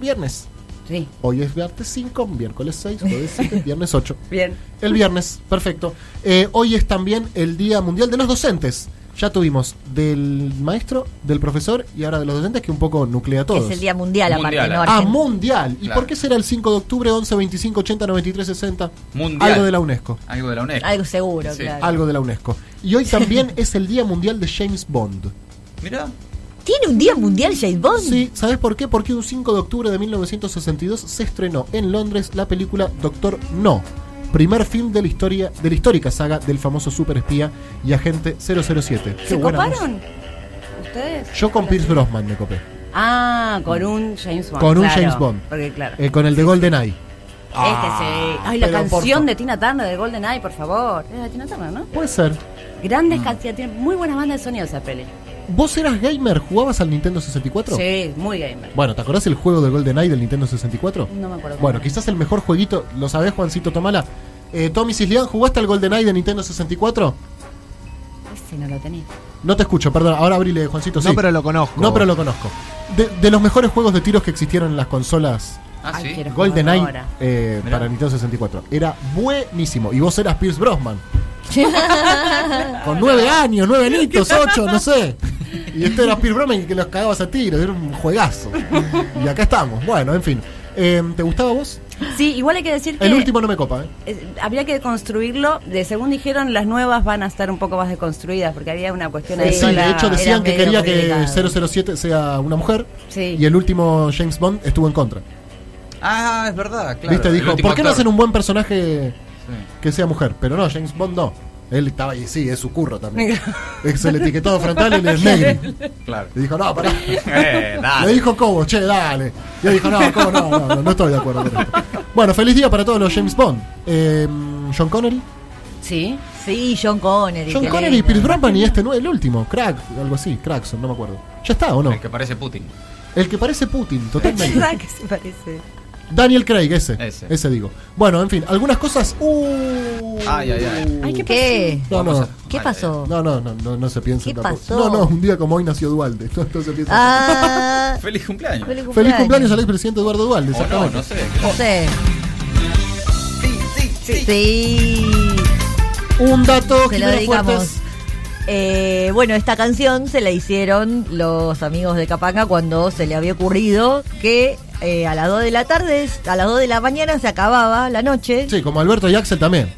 Speaker 2: viernes.
Speaker 3: Sí,
Speaker 2: Hoy es martes 5, miércoles 6, jueves 7, viernes 8.
Speaker 3: bien.
Speaker 2: El viernes, perfecto. Eh, hoy es también el Día Mundial de los Docentes. Ya tuvimos del maestro, del profesor y ahora de los docentes que un poco nuclea a todos.
Speaker 4: Es el día mundial,
Speaker 5: Mundial,
Speaker 4: aparte,
Speaker 5: ah.
Speaker 4: ¿no?
Speaker 2: Ah,
Speaker 4: Argent-
Speaker 2: mundial. ¿Y
Speaker 5: Claro.
Speaker 2: por qué será el 5 de octubre 11, 25, 80, 93, 60?
Speaker 5: Mundial.
Speaker 2: Algo de la UNESCO.
Speaker 5: Algo de la UNESCO.
Speaker 4: Algo seguro,
Speaker 5: Sí.
Speaker 4: claro.
Speaker 2: Algo de la UNESCO. Y hoy
Speaker 3: (laughs)
Speaker 2: también es el Día Mundial de James Bond.
Speaker 5: Mirá.
Speaker 4: ¿Tiene un día mundial James Bond?
Speaker 2: Sí, ¿sabes por qué? Porque un 5 de octubre de 1962 se estrenó en Londres la película Doctor No, primer film de la historia de la histórica saga del famoso superespía y agente 007. Qué
Speaker 3: ¿Se
Speaker 2: buena
Speaker 3: coparon? ¿Ustedes?
Speaker 2: música. Yo con Pierce Brosnan me copé,
Speaker 3: Ah, con un James Bond.
Speaker 2: Con un
Speaker 3: claro,
Speaker 2: James Bond.
Speaker 3: Porque claro.
Speaker 2: eh, con el de GoldenEye.
Speaker 3: este sí. Ay,
Speaker 2: pero
Speaker 3: la
Speaker 2: por
Speaker 3: canción
Speaker 2: favor.
Speaker 3: de Tina Turner, de Golden Eye, por favor. Era de Tina Turner, ¿no?
Speaker 2: Puede ser. Mm.
Speaker 3: Grandes canciones, tiene muy buenas bandas de sonido esa peli.
Speaker 2: ¿Vos eras gamer? ¿Jugabas al Nintendo 64?
Speaker 3: Sí, muy gamer.
Speaker 2: Bueno, ¿te acordás el juego de GoldenEye del Nintendo 64?
Speaker 3: No me acuerdo. cómo
Speaker 2: Bueno,
Speaker 3: era.
Speaker 2: quizás el mejor jueguito, ¿lo sabés, Juancito Tomala? Eh, Tommy Cislián, ¿jugaste al GoldenEye de Nintendo 64?
Speaker 3: Ese no lo tenía.
Speaker 2: No te escucho, perdón. Ahora abrile, Juancito.
Speaker 6: No,
Speaker 2: sí.
Speaker 6: pero lo conozco.
Speaker 2: No, pero lo conozco. De, de los mejores juegos de tiros que existieron en las consolas
Speaker 5: Ah,
Speaker 3: Ay,
Speaker 5: sí.
Speaker 3: quiero jugar
Speaker 2: GoldenEye
Speaker 3: ahora.
Speaker 2: eh,
Speaker 5: Mirá.
Speaker 2: para Nintendo 64. Era buenísimo. Y vos eras Pierce
Speaker 4: (laughs)
Speaker 2: Brosman. Con nueve años, nueve anitos, ocho, no sé. Y este era Pierce Brosman que los cagabas a tiros. Era un juegazo. Y acá estamos. Bueno, en fin. Eh, ¿Te gustaba vos?
Speaker 3: Sí, igual hay que decir que.
Speaker 2: El último no me copa, ¿eh?
Speaker 3: es- habría que construirlo. De, según dijeron, las nuevas van a estar un poco más deconstruidas porque había una cuestión ahí
Speaker 2: Sí,
Speaker 3: con
Speaker 2: de
Speaker 3: la- (laughs)
Speaker 2: hecho decían
Speaker 4: era
Speaker 2: que
Speaker 4: medio
Speaker 2: quería que
Speaker 4: complicado.
Speaker 2: 007 sea una mujer.
Speaker 3: Sí.
Speaker 2: Y el último James Bond estuvo en contra.
Speaker 5: Ah, es verdad, claro.
Speaker 2: ¿Viste?
Speaker 5: El
Speaker 2: Dijo,
Speaker 5: último
Speaker 2: ¿por qué no
Speaker 5: actor".
Speaker 2: hacen un buen personaje
Speaker 5: Sí.
Speaker 2: que sea mujer? Pero no, James Bond no. Él estaba ahí, sí, es su curro
Speaker 5: (laughs)
Speaker 2: también. Es el etiquetado frontal, él es negro.
Speaker 5: Claro. (laughs)
Speaker 2: Le dijo, no, pará.
Speaker 5: Eh,
Speaker 2: Le
Speaker 5: dale.
Speaker 2: dijo Cobo, che, dale. Y él dijo, no, Cobo, no, no, no, no estoy de acuerdo con esto. Bueno, feliz día para todos los James Bond. Eh, John Connery.
Speaker 3: Sí.
Speaker 4: Sí, John Connery.
Speaker 2: John
Speaker 4: qué
Speaker 2: Connery,
Speaker 4: lindo.
Speaker 2: Pierce Brosnan y este, no, el último, Crack, algo así, Crackson, no me acuerdo. ¿Ya está o no?
Speaker 5: El que parece Putin.
Speaker 2: El que parece Putin, totalmente.
Speaker 3: ¿Verdad que se parece?
Speaker 2: Daniel Craig, ese. Ese,
Speaker 5: Ese.
Speaker 2: digo. Bueno, en fin, algunas cosas. Uh,
Speaker 5: Ay, ay, ay.
Speaker 4: Ay, ¿qué, ¿Qué?
Speaker 2: No,
Speaker 5: Vamos
Speaker 2: no.
Speaker 5: a-
Speaker 4: ¿Qué
Speaker 5: Ay,
Speaker 4: pasó?
Speaker 2: No, no, no, no, no se piensa
Speaker 4: ¿Qué
Speaker 2: tampoco.
Speaker 4: pasó?
Speaker 2: No, no, un día como hoy nació Dualde. (laughs) No, no se piensa.
Speaker 4: Ah,
Speaker 5: ay. Feliz cumpleaños.
Speaker 4: (laughs) feliz cumpleaños.
Speaker 2: Feliz cumpleaños al expresidente Eduardo Dualde.
Speaker 5: O Oh, no,
Speaker 2: exactamente.
Speaker 5: no sé.
Speaker 4: No sé.
Speaker 5: Sí, sí, sí.
Speaker 4: Sí.
Speaker 2: Un dato,
Speaker 4: Se lo
Speaker 2: Jimena
Speaker 4: dedicamos.
Speaker 2: Fuertes.
Speaker 4: Eh, bueno, esta canción se la hicieron los amigos de Capanga cuando se le había ocurrido que eh, a las 2 de la tarde, a las 2 de la mañana se acababa la noche. Sí,
Speaker 2: Sí, como Alberto y Axel también.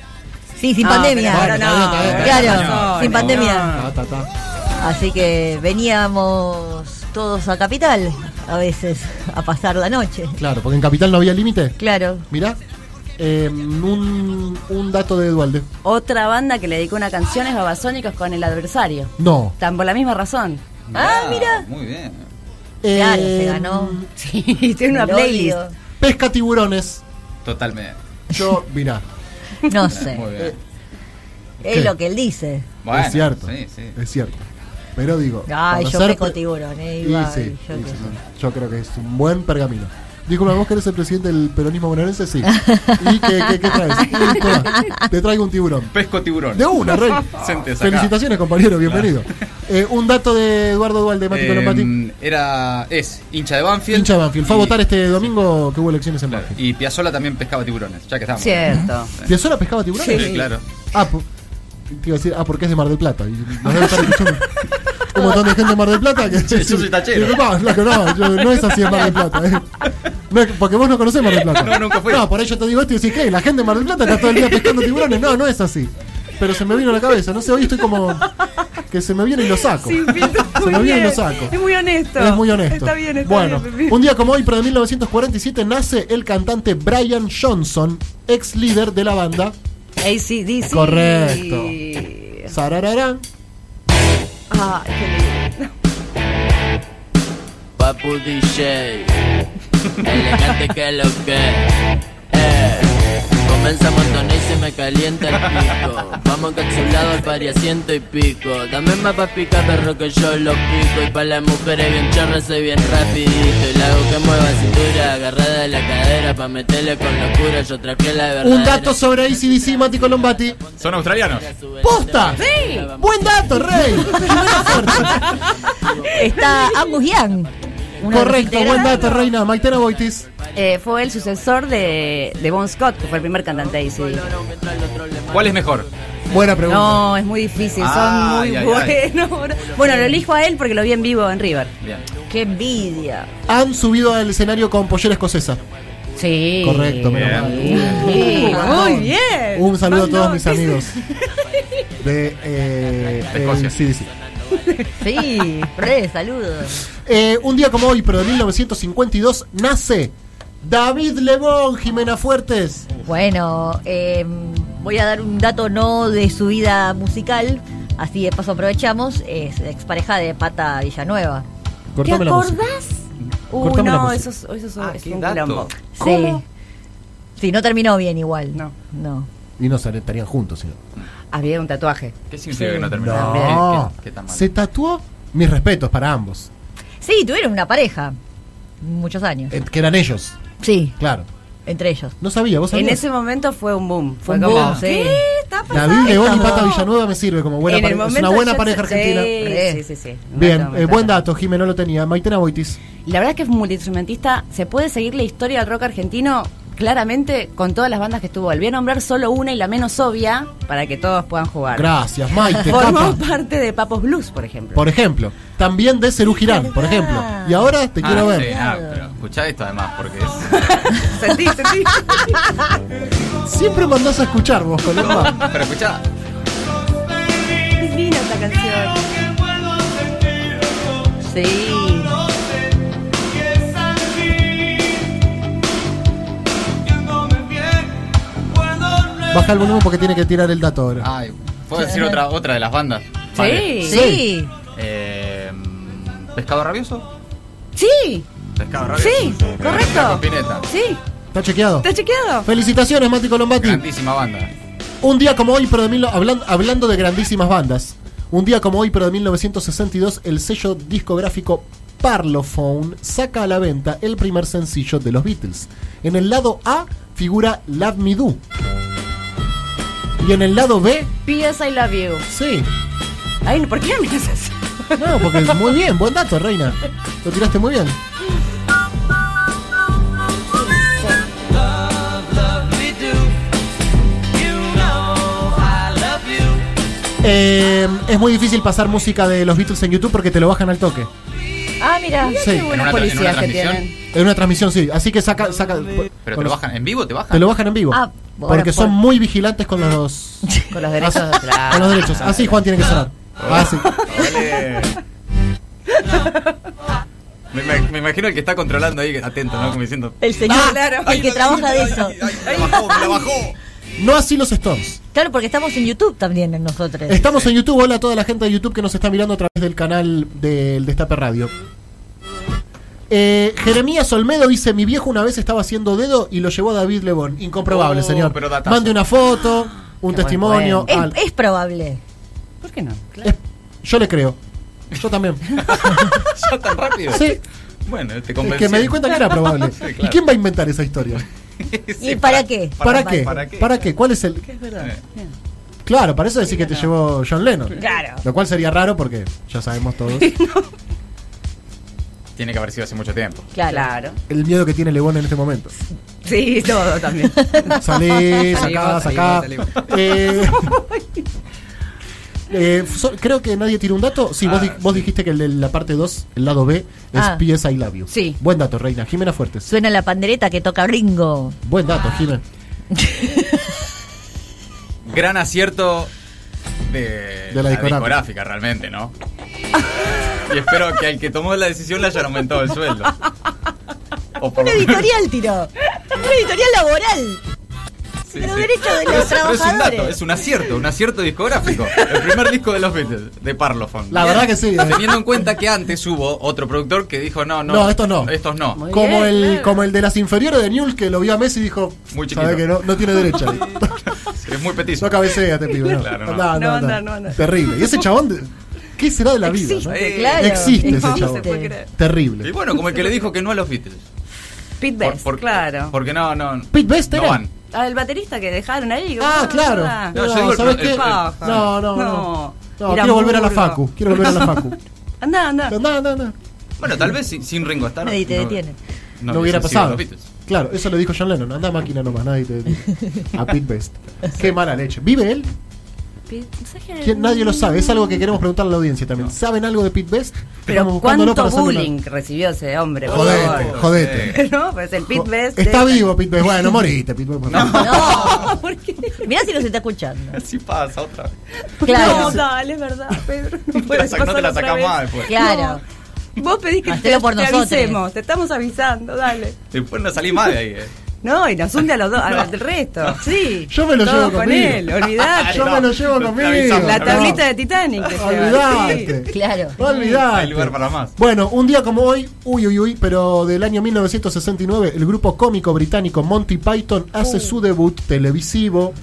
Speaker 4: sin
Speaker 3: No,
Speaker 4: pandemia.
Speaker 3: pero
Speaker 2: Bueno,
Speaker 3: ahora
Speaker 2: está bien, está bien,
Speaker 4: claro,
Speaker 2: está bien.
Speaker 5: No,
Speaker 4: sin
Speaker 5: no.
Speaker 4: pandemia.
Speaker 2: Ta, ta, ta.
Speaker 4: Así que veníamos todos a Capital a veces a pasar la noche.
Speaker 2: Claro, porque en Capital no había límite.
Speaker 4: Claro.
Speaker 2: Mirá, eh, un, un dato de Dualde.
Speaker 3: Otra banda que le dedicó una canción es Babasónicos con el adversario.
Speaker 2: No.
Speaker 3: Tan por la misma razón.
Speaker 4: Ah, mira.
Speaker 5: Muy bien.
Speaker 4: Claro,
Speaker 2: Eh,
Speaker 4: se ganó.
Speaker 3: Sí, tiene una
Speaker 4: El
Speaker 3: playlist.
Speaker 4: odio.
Speaker 2: Pesca tiburones.
Speaker 5: Totalmente.
Speaker 4: (laughs)
Speaker 2: Yo, mirá,
Speaker 4: No (laughs) sé.
Speaker 5: Muy
Speaker 2: Eh,
Speaker 5: bien.
Speaker 2: ¿Qué?
Speaker 4: Es lo que él dice.
Speaker 5: Bueno,
Speaker 2: es cierto.
Speaker 5: Sí, sí.
Speaker 2: Es cierto. Pero digo.
Speaker 4: Ay, yo
Speaker 2: conocer-
Speaker 4: peco tiburón, eh.
Speaker 2: Y
Speaker 4: Iba,
Speaker 2: sí,
Speaker 4: yo
Speaker 2: y
Speaker 4: qué
Speaker 2: sí,
Speaker 4: sé.
Speaker 2: yo creo que es un buen pergamino. Disculpa, ¿vos querés ser presidente del peronismo bonaerense? Sí. ¿Y qué, qué- qué
Speaker 4: (laughs)
Speaker 2: traes? Y toma, te traigo un tiburón.
Speaker 5: Pesco tiburón.
Speaker 2: De una,
Speaker 5: (laughs)
Speaker 2: rey.
Speaker 5: Sente, sacá.
Speaker 2: Felicitaciones, compañero, bienvenido. Eh, un dato de Eduardo Dualde, Mati
Speaker 5: Eh,
Speaker 2: Colombati.
Speaker 5: era, es hincha de Banfield.
Speaker 2: Hincha de Banfield. Fue a
Speaker 5: Y-
Speaker 2: votar este domingo que hubo elecciones en
Speaker 5: claro,
Speaker 2: Banfield.
Speaker 5: Y Piazzola también pescaba tiburones, ya que estamos.
Speaker 4: (laughs)
Speaker 3: Cierto.
Speaker 2: ¿Piazzola pescaba tiburones?
Speaker 5: Sí, claro.
Speaker 2: Ah, po- te iba a decir, ah, porque es de Mar del Plata. Y nos debe estar escuchando un montón de gente de Mar del Plata que.
Speaker 5: Sí, yo soy tachero.
Speaker 2: Digo, No, flaco, no, yo- no es así en Mar del Plata. eh. No, es- porque vos no conocés Mar del Plata.
Speaker 5: No, nunca fui.
Speaker 2: No, por ahí yo te digo esto y decís, ¿qué? La gente de Mar del Plata está todo el día pescando tiburones. No, no es así. Pero se me vino a la cabeza, no sé, hoy estoy como. que se me viene y lo saco. (laughs) se me viene y lo saco.
Speaker 3: muy honesto.
Speaker 2: Es muy honesto. bueno, un día como hoy, pero de 1947, nace el cantante Brian Johnson, ex líder de la banda
Speaker 3: ACDC.
Speaker 2: Correcto. Sarararán.
Speaker 3: Ah, qué lindo.
Speaker 7: Papu DJ Elegante que lo que eh. Comenzamos con y se me calienta el pico Vamos encapsulado al pari a ciento y pico Dame más pa' picar perro que yo lo pico Y pa' las mujeres bien chorras soy bien rapidito Y la hago que mueva cintura agarrada de la cadera Pa' meterle con locura yo traje la verdad
Speaker 2: Un dato sobre ACDC, Mati Colombati.
Speaker 5: Son australianos.
Speaker 2: ¡Posta! ¡Buen dato, Rey!
Speaker 4: Está Angus Young. uno de los
Speaker 2: Correcto, buen
Speaker 4: integrantes.
Speaker 2: dato, Reina. Maitena Boitis.
Speaker 3: Eh, fue el sucesor de, de Bon Scott, que fue el primer cantante de ACDC.
Speaker 5: ¿Cuál es mejor?
Speaker 2: Buena pregunta.
Speaker 3: No, es muy difícil, son
Speaker 5: Ay,
Speaker 2: Ah,
Speaker 3: muy
Speaker 5: ay,
Speaker 3: buenos.
Speaker 4: (laughs)
Speaker 3: Bueno, lo elijo a él porque lo vi en vivo en River.
Speaker 5: Bien.
Speaker 4: Qué envidia.
Speaker 2: Han subido al escenario con pollera escocesa.
Speaker 3: Sí.
Speaker 2: Correcto, menos
Speaker 5: Bien.
Speaker 2: mal.
Speaker 3: Sí, Muy bien.
Speaker 2: Un saludo a todos
Speaker 3: Vamos,
Speaker 2: mis
Speaker 3: sí, sí. (laughs)
Speaker 2: amigos de eh,
Speaker 5: Escocia.
Speaker 2: ACDC.
Speaker 4: Sí, re, saludos.
Speaker 2: Eh, un día como hoy, pero de 1952, nace David Lebón, Jimena Fuertes.
Speaker 4: Bueno, eh, voy a dar un dato no de su vida musical. Así de paso aprovechamos. Es expareja de Pata Villanueva.
Speaker 3: ¿Te
Speaker 2: Cortame la música.
Speaker 3: acordás? Uy,
Speaker 2: Cortame la
Speaker 3: no,
Speaker 2: música.
Speaker 3: eso, es- eso es-
Speaker 5: Ah,
Speaker 3: es
Speaker 5: qué
Speaker 3: un
Speaker 5: dato.
Speaker 3: quilombo.
Speaker 4: Sí. Sí, no terminó bien igual.
Speaker 3: No.
Speaker 4: No.
Speaker 2: Y no sal- estarían juntos, sino.
Speaker 3: Había un tatuaje.
Speaker 5: ¿Qué significa que no terminó?
Speaker 2: No.
Speaker 5: ¿Qué, qué- qué tan mal?
Speaker 2: Se tatuó. Mis respetos para ambos.
Speaker 4: Sí, tuvieron una pareja. Muchos años.
Speaker 3: Eh.
Speaker 2: Eh, que eran ellos,
Speaker 4: Sí.
Speaker 2: claro.
Speaker 4: entre ellos.
Speaker 2: No sabía, vos
Speaker 3: En
Speaker 2: sabías.
Speaker 3: ese momento fue un boom. Fue
Speaker 4: Un
Speaker 3: como,
Speaker 4: boom, sí.
Speaker 3: ¿qué está pasando?
Speaker 2: David León y
Speaker 3: Como-
Speaker 2: Pata Villanueva me sirve como buena
Speaker 3: En el
Speaker 2: pareja. Es
Speaker 3: momento
Speaker 2: una buena
Speaker 3: yo-
Speaker 2: pareja
Speaker 3: sí,
Speaker 2: argentina.
Speaker 3: Sí, sí, sí. Me
Speaker 2: Bien,
Speaker 3: encanta, me
Speaker 2: eh, buen
Speaker 3: encanta.
Speaker 2: dato, Jimé, no lo tenía. Maitena Boitis.
Speaker 3: Y la verdad que es multiinstrumentista. Se puede seguir la historia del rock argentino claramente con todas las bandas que estuvo. Le voy a nombrar solo una y la menos obvia para que todos puedan jugar.
Speaker 2: Gracias, Maite.
Speaker 3: Formó
Speaker 2: Tapa.
Speaker 3: parte de Papos Blues, por ejemplo.
Speaker 2: Por ejemplo. También de Cerú Girán, por ejemplo. Y ahora te quiero
Speaker 5: Ah,
Speaker 2: ver.
Speaker 5: sí, ah, pero escuchá esto además,
Speaker 2: (laughs)
Speaker 5: porque es.
Speaker 3: Sentí, sentí.
Speaker 2: Siempre mandás a escuchar vos, Colomba.
Speaker 5: Pero escuchá.
Speaker 3: Divina esta canción. Sí.
Speaker 2: Baja el volumen porque tiene que tirar el dato ahora.
Speaker 5: Ay, ¿Puedo decir otra, otra de las bandas? Vale.
Speaker 3: Sí.
Speaker 4: Sí.
Speaker 5: Eh, mm, ¿Pescado rabioso?
Speaker 3: Sí.
Speaker 5: Pescado rabioso.
Speaker 3: Sí. Correcto.
Speaker 5: Pineta.
Speaker 3: Sí.
Speaker 2: ¿Está chequeado?
Speaker 3: ¿Está chequeado?
Speaker 2: Felicitaciones, Mati Colombati.
Speaker 5: Grandísima banda.
Speaker 2: Un día como hoy, pero de mil no- hablan- hablando de grandísimas bandas. Un día como hoy, pero de 1962, el sello discográfico Parlophone saca a la venta el primer sencillo de los Beatles. En el lado A figura Love Me Do. Y en el lado B,
Speaker 3: P.S. I Love You.
Speaker 2: sí.
Speaker 3: Ay, ¿por qué me miras así?
Speaker 2: No, porque muy bien, buen dato, Reina. Lo tiraste muy bien. Eh, es muy difícil pasar música de los Beatles en YouTube porque te lo bajan al toque.
Speaker 3: Ah, mira,
Speaker 2: Sí.
Speaker 3: qué
Speaker 2: En
Speaker 5: una tra- en una
Speaker 3: buenos policías que
Speaker 5: transmisión.
Speaker 3: tienen.
Speaker 2: En una transmisión, sí. Así que saca. saca
Speaker 5: Pero
Speaker 2: con
Speaker 5: te lo
Speaker 2: los-
Speaker 5: bajan. ¿En vivo te bajan?
Speaker 2: te lo bajan en vivo.
Speaker 4: Ah, ahora
Speaker 2: porque
Speaker 4: por-
Speaker 2: son muy vigilantes con los,
Speaker 3: (laughs) Con los derechos de
Speaker 2: Así-
Speaker 3: atrás.
Speaker 2: con los derechos. Así, Juan, tiene que sonar. Así. (laughs)
Speaker 5: Ole. Me, me- me imagino el que está controlando ahí, atento, ¿no? Como diciendo. "Ah,
Speaker 4: El señor,
Speaker 3: claro.
Speaker 4: el que trabaja de eso.
Speaker 5: me la bajó, me
Speaker 2: (laughs)
Speaker 5: la bajó.
Speaker 2: No así los Stones.
Speaker 4: Claro, porque estamos en YouTube también en nosotros.
Speaker 3: Eh,
Speaker 2: Estamos en YouTube, hola a toda la gente de YouTube que nos está mirando a través del canal del Destape Radio. Eh, Jeremías Olmedo dice, mi viejo una vez estaba haciendo dedo y lo llevó a David Lebón. Incomprobable,
Speaker 5: Oh,
Speaker 2: señor.
Speaker 5: pero datazo.
Speaker 2: Mande una foto, un
Speaker 3: Qué
Speaker 2: testimonio.
Speaker 3: buen Eh,
Speaker 4: Es,
Speaker 2: al-
Speaker 4: es probable.
Speaker 3: ¿Por qué no?
Speaker 2: es- yo le creo. Yo
Speaker 5: (laughs)
Speaker 2: también.
Speaker 5: Ya tan rápido.
Speaker 2: sí,
Speaker 5: Bueno, te
Speaker 2: es
Speaker 5: convencí.
Speaker 2: que me di cuenta
Speaker 5: (laughs)
Speaker 2: que era probable.
Speaker 5: Sí, claro.
Speaker 2: ¿Y quién va a inventar esa historia?
Speaker 4: ¿Y para qué?
Speaker 2: ¿Para, qué?
Speaker 5: ¿Para qué?
Speaker 2: ¿Cuál es el...?
Speaker 5: Eh,
Speaker 2: Claro, para eso decir que te llevó John Lennon.
Speaker 3: Claro.
Speaker 2: Lo cual sería raro porque ya sabemos
Speaker 3: (laughs)
Speaker 2: todos
Speaker 5: Tiene que haber sido hace mucho tiempo.
Speaker 4: Claro.
Speaker 3: Claro.
Speaker 2: el miedo que tiene Lebón en este momento.
Speaker 3: Sí, todo (laughs) también.
Speaker 2: Salí, sacá,
Speaker 5: Salimos,
Speaker 2: sacá.
Speaker 5: salimos,
Speaker 2: Eh, (laughs) eh, so- creo que nadie tiene un dato. Sí, vos,
Speaker 5: Ah,
Speaker 2: di- vos dijiste que el de la parte 2, el lado B, es
Speaker 4: Ah.
Speaker 2: PS I Love You.
Speaker 3: Sí.
Speaker 2: Buen dato, Reina. Jimena Fuertes.
Speaker 4: Suena la pandereta que toca Ringo.
Speaker 2: Buen
Speaker 3: Ah.
Speaker 2: dato, Jimena.
Speaker 5: Gran acierto de,
Speaker 2: De la discográfica.
Speaker 5: realmente, ¿no? y espero que al que tomó la decisión le hayan aumentado el sueldo. O por
Speaker 4: Una
Speaker 5: lo menos-
Speaker 4: editorial tiró. Una editorial laboral.
Speaker 5: Sí,
Speaker 4: Pero
Speaker 5: sí.
Speaker 4: derecho
Speaker 5: Pero
Speaker 4: de los
Speaker 5: es- pero es un
Speaker 4: trabajadores.
Speaker 5: dato, es un acierto, un acierto discográfico. El primer disco de los Beatles, de Parlophone.
Speaker 2: La verdad que sí. eh.
Speaker 5: Teniendo en cuenta que antes hubo otro productor que dijo, no, no.
Speaker 2: No, estos no.
Speaker 5: Estos no.
Speaker 3: Muy
Speaker 2: Como
Speaker 3: bien,
Speaker 2: el,
Speaker 3: claro.
Speaker 2: como el de las inferiores de Newell que lo vio a Messi y dijo:
Speaker 5: Muy chiquito.
Speaker 2: "Sabe que no, no tiene
Speaker 5: (laughs)
Speaker 2: derecha.
Speaker 5: Es muy petizo.
Speaker 2: no cabecea, te pibe. No.
Speaker 5: Claro, no.
Speaker 2: Andá, andá,
Speaker 3: No,
Speaker 2: andá.
Speaker 3: andá, no, andá.
Speaker 2: Terrible. Y ese chabón, de- ¿qué será de la vida? no?
Speaker 5: Eh,
Speaker 4: claro.
Speaker 2: Existe ese
Speaker 4: existe.
Speaker 2: chabón.
Speaker 3: creer.
Speaker 5: Y
Speaker 2: Terrible.
Speaker 5: bueno, como el que le dijo que no a los Beatles.
Speaker 3: Pete
Speaker 5: Por-
Speaker 3: Best,
Speaker 5: por-
Speaker 3: claro.
Speaker 5: Porque no, no.
Speaker 2: Pete Best
Speaker 5: no
Speaker 2: este era.
Speaker 5: van.
Speaker 3: Ah, el baterista que dejaron ahí.
Speaker 2: Ah,
Speaker 3: boludo,
Speaker 2: claro.
Speaker 3: ¿verdad?
Speaker 5: No, yo digo el-
Speaker 2: ¿sabes
Speaker 5: el-
Speaker 2: qué?
Speaker 5: el-
Speaker 2: No, no, no. No,
Speaker 3: No. Era
Speaker 2: quiero volver a la
Speaker 3: burro.
Speaker 2: facu. Quiero volver a la facu.
Speaker 3: (laughs) Andá, andá.
Speaker 2: No, no, no. No,
Speaker 5: Bueno, tal vez sin, sin Ringo Starr.
Speaker 4: Nadie te
Speaker 5: no-
Speaker 4: detiene.
Speaker 5: No,
Speaker 2: hubiera
Speaker 5: hubiesen sido
Speaker 2: pasado.
Speaker 5: los Beatles.
Speaker 2: Claro, eso le dijo John Lennon. Anda máquina nomás, nadie te A Pete Best. Qué mala leche. ¿Vive él?
Speaker 3: Pete- ¿sabes qué?
Speaker 2: ¿Quién? Nadie lo sabe. Es algo que queremos preguntarle a la audiencia también. ¿Saben algo de Pete Best? Estamos
Speaker 3: Pero
Speaker 2: buscándolo
Speaker 3: cuánto
Speaker 2: hacerle una-
Speaker 3: bullying recibió ese hombre, por
Speaker 4: (laughs)
Speaker 2: Jodete,
Speaker 3: favor.
Speaker 2: jodete.
Speaker 3: ¿No? Pues el Pete Best.
Speaker 4: este.
Speaker 2: Está
Speaker 3: de-
Speaker 2: vivo Pete Best.
Speaker 3: (laughs)
Speaker 2: Bueno, moriste, Pete Best. por favor. (laughs)
Speaker 4: No.
Speaker 3: ¿Por qué?
Speaker 4: Mirá si nos está
Speaker 5: (laughs)
Speaker 4: escuchando.
Speaker 5: Así pasa otra vez.
Speaker 3: No,
Speaker 4: Claro.
Speaker 3: dale, es verdad, Pedro. No,
Speaker 5: No te la,
Speaker 3: puedes
Speaker 5: sac- no te
Speaker 3: pasar
Speaker 5: la
Speaker 3: otra
Speaker 5: sacás
Speaker 3: vez.
Speaker 5: más después.
Speaker 4: Claro.
Speaker 3: No. Vos pedís que
Speaker 4: Hacelo
Speaker 3: te,
Speaker 4: por
Speaker 3: te
Speaker 4: nosotros.
Speaker 3: avisemos, te estamos avisando, dale.
Speaker 5: Después no salí más de ahí. eh.
Speaker 3: No, y nos hunde a los dos, al del resto. Sí.
Speaker 2: Yo me lo
Speaker 3: Todos
Speaker 2: llevo
Speaker 3: con
Speaker 2: conmigo.
Speaker 3: él,
Speaker 2: (laughs)
Speaker 3: olvidate.
Speaker 2: Yo me lo llevo
Speaker 5: Te
Speaker 2: conmigo.
Speaker 5: Ah, avisamos,
Speaker 3: La
Speaker 5: No.
Speaker 3: tablita de Titanic. que se va,
Speaker 2: Olvidate.
Speaker 3: sí.
Speaker 4: Claro.
Speaker 2: No olvidate.
Speaker 5: Hay lugar para más.
Speaker 2: Bueno, un día como hoy, uy, uy, uy, pero del año 1969, el grupo cómico británico Monty Python hace su debut televisivo.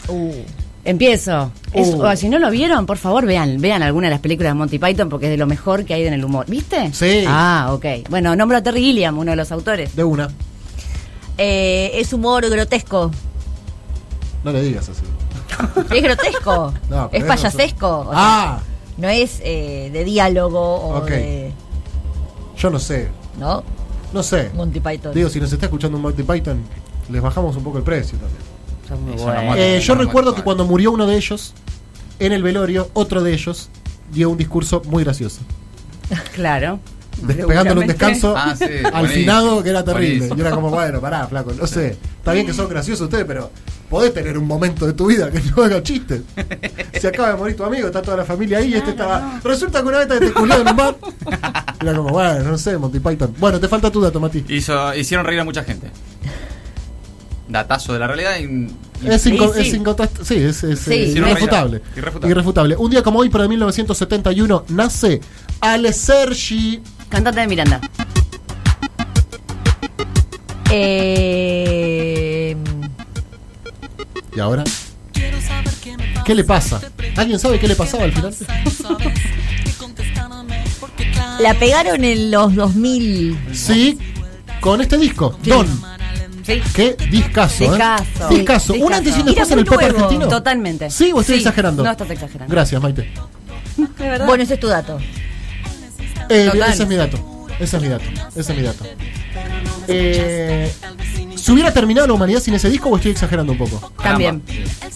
Speaker 3: Empiezo. Es-
Speaker 2: Uh.
Speaker 3: o, si no lo vieron, por favor, vean, vean alguna de las películas de Monty Python porque es de lo mejor que hay en el humor. ¿Viste?
Speaker 2: Sí.
Speaker 3: Ah, ok. Bueno, nombro a Terry Gilliam, uno de los autores.
Speaker 2: De una.
Speaker 4: Eh, es humor grotesco.
Speaker 2: No le digas así.
Speaker 4: Es grotesco.
Speaker 2: No, pero
Speaker 4: es
Speaker 2: eso-
Speaker 4: payasesco. o sea,
Speaker 2: Ah,
Speaker 4: no es eh, de diálogo o
Speaker 2: Ok.
Speaker 4: de.
Speaker 2: yo no sé.
Speaker 4: ¿No?
Speaker 2: No sé.
Speaker 4: Monty Python.
Speaker 2: Digo, si nos está escuchando un Monty Python, les bajamos un poco el precio también.
Speaker 3: Son muy
Speaker 5: Eso
Speaker 3: buenos.
Speaker 5: no mata.
Speaker 2: Eh, yo
Speaker 5: no,
Speaker 2: recuerdo
Speaker 5: no,
Speaker 2: que
Speaker 5: no.
Speaker 2: cuando murió uno de ellos, en el velorio, otro de ellos dio un discurso muy gracioso.
Speaker 3: Claro.
Speaker 2: Despegándole un
Speaker 3: Seguramente.
Speaker 2: descanso
Speaker 5: Ah, sí,
Speaker 2: al
Speaker 5: buenísimo,
Speaker 2: finado que era terrible.
Speaker 5: buenísimo.
Speaker 2: Y era como, bueno, pará, flaco, no sé. Está bien que son graciosos ustedes, pero podés tener un momento de tu vida que (laughs) no haga chistes. Se acaba de morir tu amigo, está toda la familia ahí y este estaba. Resulta que una vez te culió en un bar. Era como, bueno, no sé, Monty Python. Bueno, te falta tu dato, Mati.
Speaker 5: Hizo- hicieron reír a mucha gente. Datazo de la realidad. y- y-
Speaker 2: Es, inco-
Speaker 3: Sí, sí.
Speaker 2: es incontest- sí, es, es-
Speaker 4: Sí,
Speaker 2: es
Speaker 4: sí,
Speaker 2: irrefutable.
Speaker 5: no, irrefutable.
Speaker 2: Irrefutable. Un día como hoy, pero de 1971, nace Ale Sergi.
Speaker 3: Cantante de Miranda.
Speaker 4: Eh,
Speaker 2: ¿Y ahora? ¿Qué le pasa? ¿Alguien sabe qué le pasaba al final?
Speaker 4: la pegaron en los 2000.
Speaker 2: Sí, con este disco, Don.
Speaker 3: Sí.
Speaker 2: Qué discazo, ¿eh?
Speaker 3: Discazo.
Speaker 2: Discazo. Un
Speaker 3: Discazo.
Speaker 2: antes y un
Speaker 4: Era
Speaker 2: después en
Speaker 4: muy
Speaker 2: el pop
Speaker 4: nuevo,
Speaker 2: argentino.
Speaker 3: Totalmente.
Speaker 2: ¿Sí o estoy exagerando?
Speaker 3: No estás exagerando.
Speaker 2: Gracias, Maite.
Speaker 3: De verdad.
Speaker 4: Bueno, ese es tu dato.
Speaker 2: Eh,
Speaker 3: Total.
Speaker 2: ese es mi dato. Ese es mi dato. Ese es mi dato. Eh, ¿Se hubiera terminado la humanidad sin ese disco o estoy exagerando un poco?
Speaker 3: También.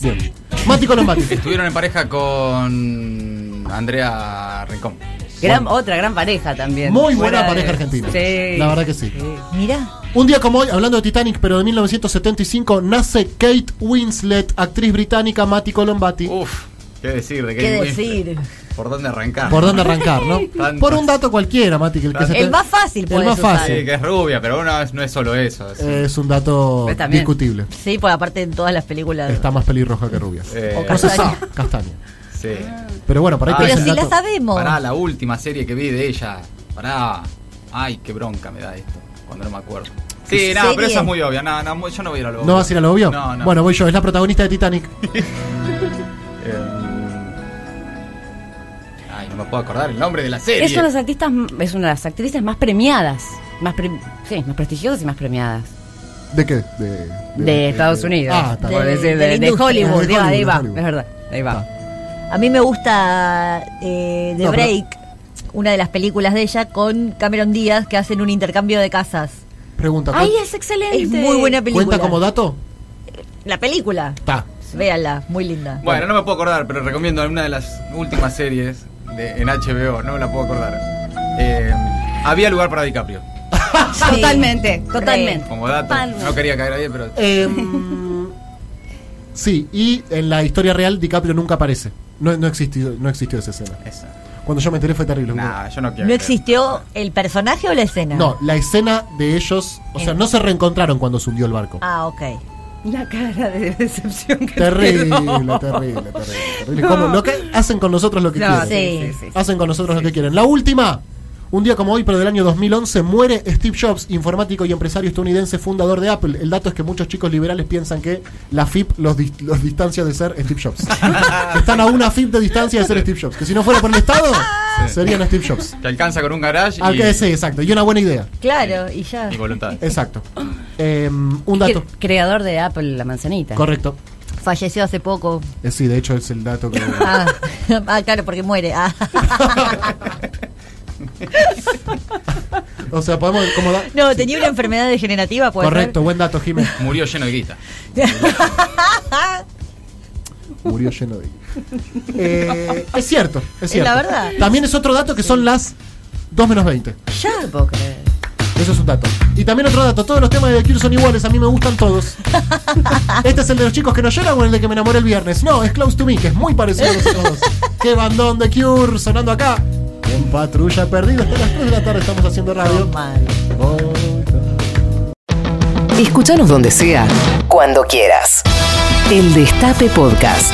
Speaker 2: Bien. Mati con los Mati.
Speaker 5: Estuvieron en pareja con Andrea Rincón.
Speaker 3: Gran- otra gran pareja también.
Speaker 2: Muy buena
Speaker 3: Fuera de-
Speaker 2: pareja argentina.
Speaker 3: Sí.
Speaker 2: La verdad que sí.
Speaker 4: Mira,
Speaker 2: Un día como hoy, hablando de Titanic, pero de 1975, nace Kate Winslet, actriz británica Mati Colombati.
Speaker 5: Uf, qué decir de
Speaker 4: ¿Qué
Speaker 5: Kate Winslet.
Speaker 4: decir?
Speaker 5: ¿Por dónde arrancar?
Speaker 2: ¿Por dónde arrancar, no?
Speaker 5: (laughs) Tantas.
Speaker 2: Por un dato cualquiera, Mati. Que el, que se te-
Speaker 4: El más fácil,
Speaker 2: El
Speaker 4: puedes
Speaker 2: más
Speaker 4: usar.
Speaker 5: Sí,
Speaker 2: fácil.
Speaker 5: que es rubia, pero bueno, es- no es solo eso. es-
Speaker 2: Es un dato
Speaker 3: Está bien.
Speaker 2: discutible.
Speaker 4: sí, por aparte en todas las películas.
Speaker 2: Está más pelirroja que rubia.
Speaker 5: eh,
Speaker 4: o
Speaker 2: No se
Speaker 4: Castaña.
Speaker 2: sabe, Castaña.
Speaker 5: sí.
Speaker 2: Pero bueno, para ahí
Speaker 5: Ah,
Speaker 4: Pero
Speaker 2: tenés
Speaker 5: ese
Speaker 4: si
Speaker 2: el
Speaker 4: la
Speaker 2: dato.
Speaker 4: sabemos.
Speaker 5: Pará, la última serie que vi de ella. Pará. Ay, qué bronca me da esto, cuando no me acuerdo. Sí,
Speaker 4: ¿Qué
Speaker 5: no, pero
Speaker 4: serie?
Speaker 5: eso es muy obvio. No, no, mu- yo no voy a ir a lo obvio.
Speaker 2: ¿No vas a ir a lo obvio?
Speaker 5: No, no.
Speaker 2: Bueno, voy yo. Es la protagonista de Titanic.
Speaker 5: Eh, Em, Ay, no me puedo acordar el nombre de la serie.
Speaker 3: Es una de las artistas, es una de las actrices más premiadas, más pre- sí, más prestigiosas y más premiadas
Speaker 2: ¿De qué? De,
Speaker 3: de, Estados Unidos.
Speaker 2: Ah, está
Speaker 4: De-
Speaker 3: por
Speaker 2: bien.
Speaker 3: decir,
Speaker 4: de la
Speaker 3: de, de
Speaker 4: industria.
Speaker 3: Hollywood,
Speaker 2: De
Speaker 3: de- ahí
Speaker 2: Hollywood,
Speaker 3: va,
Speaker 2: de Hollywood.
Speaker 3: es verdad, ahí va.
Speaker 4: A mí me gusta eh, The
Speaker 2: No, pero-
Speaker 4: Break, una de las películas de ella, con Cameron Díaz, que hacen un intercambio de casas.
Speaker 2: Pregunta.
Speaker 3: Ay,
Speaker 2: ¿cu-
Speaker 3: es excelente.
Speaker 4: Es muy buena película.
Speaker 2: ¿Cuenta como dato?
Speaker 4: La película.
Speaker 2: Está.
Speaker 4: Véanla, muy linda.
Speaker 5: Bueno, no me puedo acordar, pero recomiendo alguna de las últimas series de, en HBO. No me la puedo acordar. Eh, había lugar para DiCaprio.
Speaker 3: (laughs) Totalmente, totalmente.
Speaker 5: Como dato.
Speaker 3: Totalmente.
Speaker 5: No quería caer ahí, pero.
Speaker 2: Em, (laughs) sí, y en la historia real DiCaprio nunca aparece. No, no, existió, no existió esa escena.
Speaker 5: Esa.
Speaker 2: Cuando yo me enteré fue terrible.
Speaker 5: Nah, yo no quiero.
Speaker 4: ¿No
Speaker 5: creer.
Speaker 4: existió el personaje o la escena?
Speaker 2: No, la escena de ellos, o sea, no se reencontraron cuando se hundió el barco.
Speaker 4: Ah, (laughs) ok.
Speaker 3: La cara de decepción que
Speaker 2: Terrible,
Speaker 3: te
Speaker 2: terrible,
Speaker 3: dio.
Speaker 2: terrible, terrible. Como lo que hacen con nosotros lo que
Speaker 3: No,
Speaker 2: quieren.
Speaker 3: sí, sí, sí, sí.
Speaker 2: Hacen con nosotros lo que quieren. La última. Un día como hoy, pero del año 2011, muere Steve Jobs, informático y empresario estadounidense, fundador de Apple. El dato es que muchos chicos liberales piensan que la FIP los, dis- los distancia de ser Steve
Speaker 3: (laughs)
Speaker 2: Jobs. Que Están a una FIP de distancia de ser Steve Jobs. Que si no fuera por el
Speaker 3: (laughs)
Speaker 2: Estado,
Speaker 5: Sí.
Speaker 2: serían Steve Jobs.
Speaker 5: Te alcanza con un garage
Speaker 2: Ah,
Speaker 5: y,
Speaker 2: que sí, exacto. Y una buena idea.
Speaker 4: Claro, y ya.
Speaker 5: y
Speaker 2: (laughs)
Speaker 5: voluntad.
Speaker 2: Exacto. Em, un dato.
Speaker 3: Cre- Creador de Apple, la manzanita.
Speaker 2: Correcto.
Speaker 4: Falleció
Speaker 3: (laughs)
Speaker 4: hace poco.
Speaker 2: Eh, sí, de hecho es el dato que...
Speaker 4: Ah, (laughs) ah, claro, porque muere. Ah.
Speaker 2: (laughs)
Speaker 4: (laughs)
Speaker 2: O sea, podemos... Como da-
Speaker 4: No, tenía una enfermedad degenerativa, puede
Speaker 2: Correcto, buen dato, Jiménez.
Speaker 5: Murió lleno de guita.
Speaker 2: Murió lleno de (laughs) Eh, es cierto, es
Speaker 4: Es
Speaker 2: cierto.
Speaker 4: la verdad.
Speaker 2: También es otro dato que son las 2 menos 20.
Speaker 3: Ya no puedo creer.
Speaker 2: Eso es un dato. Y también otro dato, todos los temas de The Cure son iguales, a mí me gustan
Speaker 4: (laughs)
Speaker 2: todos. ¿Este es el de los chicos que no lloran o el de que me enamoré el viernes? No, es Close to Me, que es muy parecido a los otros
Speaker 4: (laughs)
Speaker 2: dos. ¡Qué bandón de Cure sonando acá! En patrulla perdida, hasta las 3 de la tarde estamos haciendo
Speaker 4: ser.
Speaker 2: radio.
Speaker 4: Mal.
Speaker 1: Escúchanos donde sea, cuando quieras. El Destape Podcast.